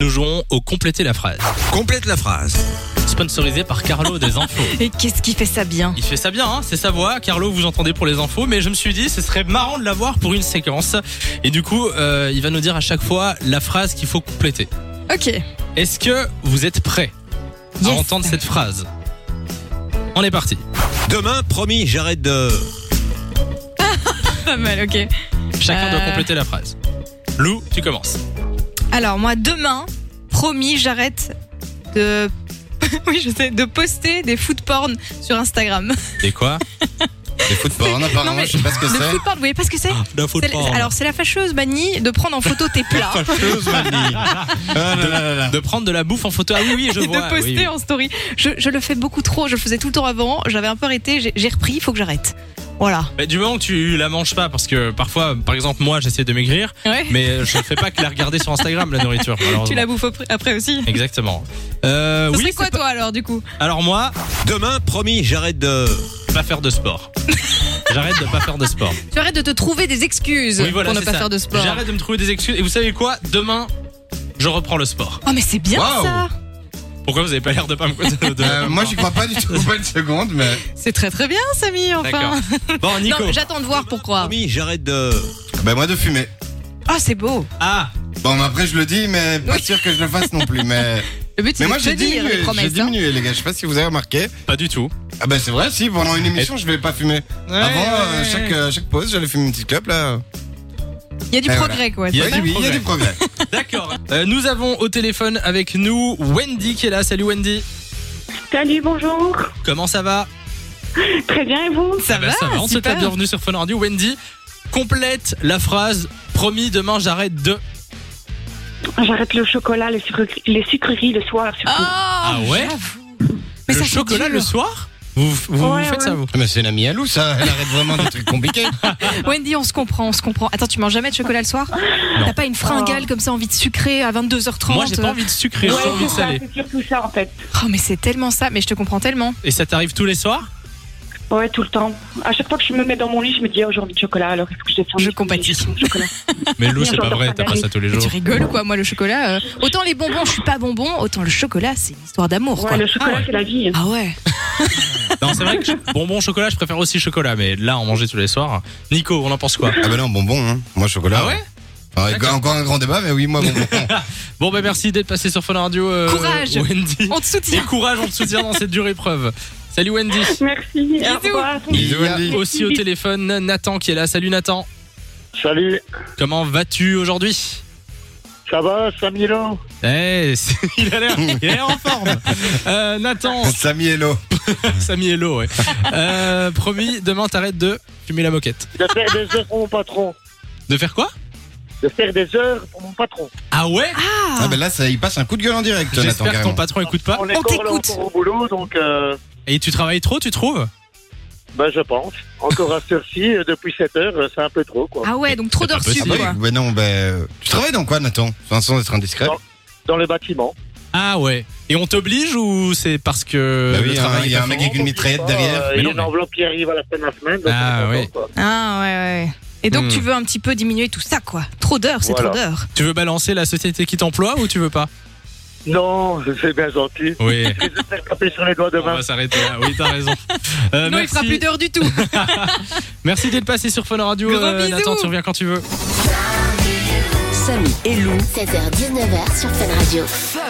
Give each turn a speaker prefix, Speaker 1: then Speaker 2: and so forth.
Speaker 1: Nous jouons au compléter la phrase.
Speaker 2: Complète la phrase.
Speaker 1: Sponsorisé par Carlo des infos.
Speaker 3: Et qu'est-ce qui fait ça bien
Speaker 1: Il fait ça bien, hein, c'est sa voix. Carlo, vous entendez pour les infos, mais je me suis dit, ce serait marrant de l'avoir pour une séquence. Et du coup, euh, il va nous dire à chaque fois la phrase qu'il faut compléter.
Speaker 3: Ok.
Speaker 1: Est-ce que vous êtes prêts à
Speaker 3: Yes.
Speaker 1: entendre cette phrase On est parti.
Speaker 2: Demain, promis, j'arrête de.
Speaker 3: Pas mal, ok.
Speaker 1: Chacun doit
Speaker 3: Euh.
Speaker 1: compléter la phrase. Lou, tu commences.
Speaker 3: Alors moi demain, promis, j'arrête de oui, je sais, de poster des food porn sur Instagram.
Speaker 1: Et quoi
Speaker 4: Des foot porn, apparemment,
Speaker 3: mais-
Speaker 4: je sais pas ce que
Speaker 3: Le
Speaker 4: c'est.
Speaker 3: food porn, vous voyez pas hein. ce que c'est
Speaker 1: La faute
Speaker 3: C'est- Alors c'est Ah, la fâcheuse manie de prendre en photo tes plats
Speaker 4: Ah
Speaker 1: De prendre de la bouffe en photo. Ah oui, oui, je
Speaker 3: et
Speaker 1: vois.
Speaker 3: de
Speaker 1: oui,
Speaker 3: poster
Speaker 1: oui.
Speaker 3: en story. Je, je le fais beaucoup trop, je le faisais tout le temps avant, j'avais un peu arrêté, j'ai- j'ai repris, il faut que j'arrête. Voilà.
Speaker 1: Bah, du moment que tu la manges pas, parce que parfois, par exemple, moi, j'essaie de maigrir,
Speaker 3: Ouais.
Speaker 1: mais je ne fais pas que la regarder sur Instagram, la nourriture.
Speaker 3: Tu la
Speaker 1: malheureusement.
Speaker 3: bouffes après- après aussi.
Speaker 1: Exactement. Euh,
Speaker 3: C'est
Speaker 1: oui,
Speaker 3: quoi
Speaker 1: c'est pas-
Speaker 3: toi alors du coup
Speaker 1: alors moi,
Speaker 2: Demain, promis, j'arrête de.
Speaker 1: pas faire de sport. J'arrête de pas faire de sport.
Speaker 3: Tu arrêtes de te trouver des excuses
Speaker 1: Oui, voilà,
Speaker 3: pour ne
Speaker 1: c'est
Speaker 3: pas
Speaker 1: ça.
Speaker 3: faire de sport.
Speaker 1: J'arrête de me trouver des excuses. Et vous savez quoi Demain, je reprends le sport.
Speaker 3: Oh mais c'est bien
Speaker 4: Waouh.
Speaker 3: ça
Speaker 1: Pourquoi vous avez pas l'air de pas me. de- de-
Speaker 4: Euh, moi, j'y crois pas du tout, pas une seconde, mais.
Speaker 3: C'est très très bien Samy enfin
Speaker 1: D'accord. Bon, Nico.
Speaker 3: Non, j'attends de voir pour
Speaker 4: Ah,
Speaker 3: croire.
Speaker 2: Promis, j'arrête de.
Speaker 4: Bah, moi, de fumer.
Speaker 3: Ah, c'est beau.
Speaker 1: Ah,
Speaker 4: Bon, après, je le dis, mais pas sûr que je le fasse non plus. Mais,
Speaker 3: Le but, c'est
Speaker 4: mais
Speaker 3: de
Speaker 4: moi,
Speaker 3: te
Speaker 4: j'ai
Speaker 3: dire
Speaker 4: diminué,
Speaker 3: les
Speaker 4: j'ai
Speaker 3: promesses. hein.
Speaker 4: diminué, les gars. Je sais pas si vous avez remarqué.
Speaker 1: pas du tout.
Speaker 4: Ah, bah, c'est vrai, si, pendant une émission, je vais pas fumer. Avant, euh,
Speaker 1: ouais,
Speaker 4: chaque,
Speaker 1: ouais.
Speaker 4: euh, chaque pause, j'allais fumer une petite clope, là.
Speaker 3: Il y a du
Speaker 4: Eh,
Speaker 3: progrès, quoi.
Speaker 1: Il y a
Speaker 4: Oui,
Speaker 1: du
Speaker 4: oui, il y a
Speaker 1: progrès.
Speaker 4: du progrès.
Speaker 1: D'accord. Euh, nous avons au téléphone avec nous Wendy qui est là. Salut Wendy.
Speaker 5: Salut, bonjour.
Speaker 1: Comment ça va
Speaker 5: Très bien, et vous
Speaker 3: Ça
Speaker 1: Ah bah,
Speaker 3: va,
Speaker 1: ça va, on te souhaite la
Speaker 3: super.
Speaker 1: bienvenue sur Fun Radio. Wendy, complète la phrase promis demain j'arrête de.
Speaker 5: J'arrête le chocolat, les sucreries, les sucreries le soir. surtout.
Speaker 3: Ah
Speaker 1: ouais
Speaker 3: Mais
Speaker 1: le
Speaker 3: ça, c'est
Speaker 1: chocolat
Speaker 3: dur.
Speaker 1: le soir Vous, vous,
Speaker 5: Ouais,
Speaker 1: vous faites
Speaker 5: ouais.
Speaker 1: ça vous
Speaker 4: mais c'est l'ami à loup, ça. Elle arrête vraiment des trucs compliqués.
Speaker 3: Wendy, on se comprend, on se comprend. Attends, tu manges jamais de chocolat le soir T'as pas une fringale
Speaker 4: Oh.
Speaker 3: comme ça, envie de sucrer à 22h30
Speaker 1: Moi j'ai pas envie de sucré,
Speaker 5: Ouais,
Speaker 1: j'ai envie de
Speaker 5: c'est ça,
Speaker 1: salé.
Speaker 5: c'est surtout ça en fait.
Speaker 3: Oh, mais c'est tellement ça, mais je te comprends tellement.
Speaker 1: Et ça t'arrive tous les soirs
Speaker 5: Ouais, tout le temps. À chaque fois que je me mets dans mon lit, je me dis oh, j'ai envie de chocolat, alors il faut que je descende.
Speaker 3: Je compatis.
Speaker 5: J'ai chocolat.
Speaker 1: Mais Lou
Speaker 5: Non,
Speaker 1: c'est pas
Speaker 5: j'entends
Speaker 1: vrai,
Speaker 5: pas
Speaker 1: t'as pas
Speaker 5: Marie.
Speaker 1: ça tous les
Speaker 3: Mais
Speaker 1: jours.
Speaker 3: tu rigoles, ou quoi. Moi, le chocolat, euh, autant les bonbons, je suis pas bonbon, autant le chocolat, c'est une histoire d'amour,
Speaker 5: Ouais,
Speaker 3: quoi.
Speaker 5: le chocolat, c'est la vie.
Speaker 3: Ah ouais
Speaker 1: Non c'est vrai que je- bonbon chocolat je préfère aussi chocolat, mais là en manger tous les soirs. Nico, on en pense quoi
Speaker 4: Ah, bah, non, bonbon, hein. Moi, chocolat.
Speaker 1: Ah ouais
Speaker 4: Ah, encore- encore un grand débat, mais oui, moi, bonbon.
Speaker 1: Bon bah merci d'être passé sur Fun Radio euh,
Speaker 3: Courage.
Speaker 1: Wendy.
Speaker 3: On te
Speaker 1: Et
Speaker 3: soutient
Speaker 1: courage, on te soutient dans cette dure épreuve. Salut Wendy.
Speaker 5: Merci. au revoir.
Speaker 4: Bisous, Wendy.
Speaker 1: Aussi au téléphone Nathan qui est là. Salut Nathan.
Speaker 6: Salut,
Speaker 1: Comment vas-tu aujourd'hui
Speaker 6: ça va, Samilo
Speaker 1: Eh, c'est- il a l'air il a l'air en forme. Euh, Nathan,
Speaker 4: Samy et Lo.
Speaker 1: Samy Hello, ouais. Euh, promis, demain t'arrêtes de fumer la moquette.
Speaker 6: De faire des heures pour mon patron.
Speaker 1: De faire quoi
Speaker 6: De faire des heures pour mon patron.
Speaker 1: Ah ouais
Speaker 3: Ah,
Speaker 4: Ah, bah là, ça, il passe un coup de gueule en direct, Nathan,
Speaker 1: J'espère que ton
Speaker 4: carrément.
Speaker 1: patron écoute pas.
Speaker 6: On est
Speaker 3: On
Speaker 6: encore là
Speaker 3: t'écoute.
Speaker 6: encore au boulot, donc euh,
Speaker 1: Et tu travailles trop, tu trouves
Speaker 6: ben, je pense. Encore à cette heure-ci, euh, depuis 7 heures, euh, c'est un peu trop, quoi.
Speaker 3: Ah ouais, donc trop
Speaker 1: C'est pas
Speaker 3: d'heures
Speaker 1: possible.
Speaker 4: Ah
Speaker 3: sup,
Speaker 4: bah
Speaker 3: quoi.
Speaker 4: oui, bah non, bah, euh, tu travailles dans quoi, Nathan Enfin, Sans être indiscret.
Speaker 6: Non. Dans le bâtiment.
Speaker 1: Ah ouais. Et on t'oblige ou c'est parce que
Speaker 4: Bah
Speaker 1: le
Speaker 4: oui, il y a un-
Speaker 1: travail
Speaker 4: il y a
Speaker 1: est
Speaker 4: un mec
Speaker 1: pas
Speaker 4: avec une mitraillette derrière.
Speaker 6: Euh,
Speaker 1: Mais
Speaker 6: Il y
Speaker 1: non,
Speaker 6: a une
Speaker 1: mais-
Speaker 6: enveloppe qui arrive à la fin de la semaine. donc
Speaker 1: Ah,
Speaker 6: on est content,
Speaker 1: ouais.
Speaker 6: quoi.
Speaker 3: Ah ouais, ouais. ouais. Et donc,
Speaker 1: Hmm.
Speaker 3: tu veux un petit peu diminuer tout ça, quoi. Trop d'heures, c'est
Speaker 6: Voilà.
Speaker 3: trop d'heures.
Speaker 1: Tu veux balancer la société qui t'emploie ou tu veux pas
Speaker 6: Non, c'est bien gentil.
Speaker 1: Oui.
Speaker 6: Je vais te faire taper sur les doigts
Speaker 1: On
Speaker 6: demain.
Speaker 1: va s'arrêter là. Oui, t'as raison. Euh,
Speaker 3: Non, il fera plus d'heures du tout.
Speaker 1: merci d'être passé sur Fun Radio. Euh,
Speaker 3: Gros bisous.
Speaker 1: Nathan, tu reviens quand tu veux.
Speaker 7: Samy et Lou,
Speaker 8: 16h-19h sur Fun Radio.
Speaker 7: Fun.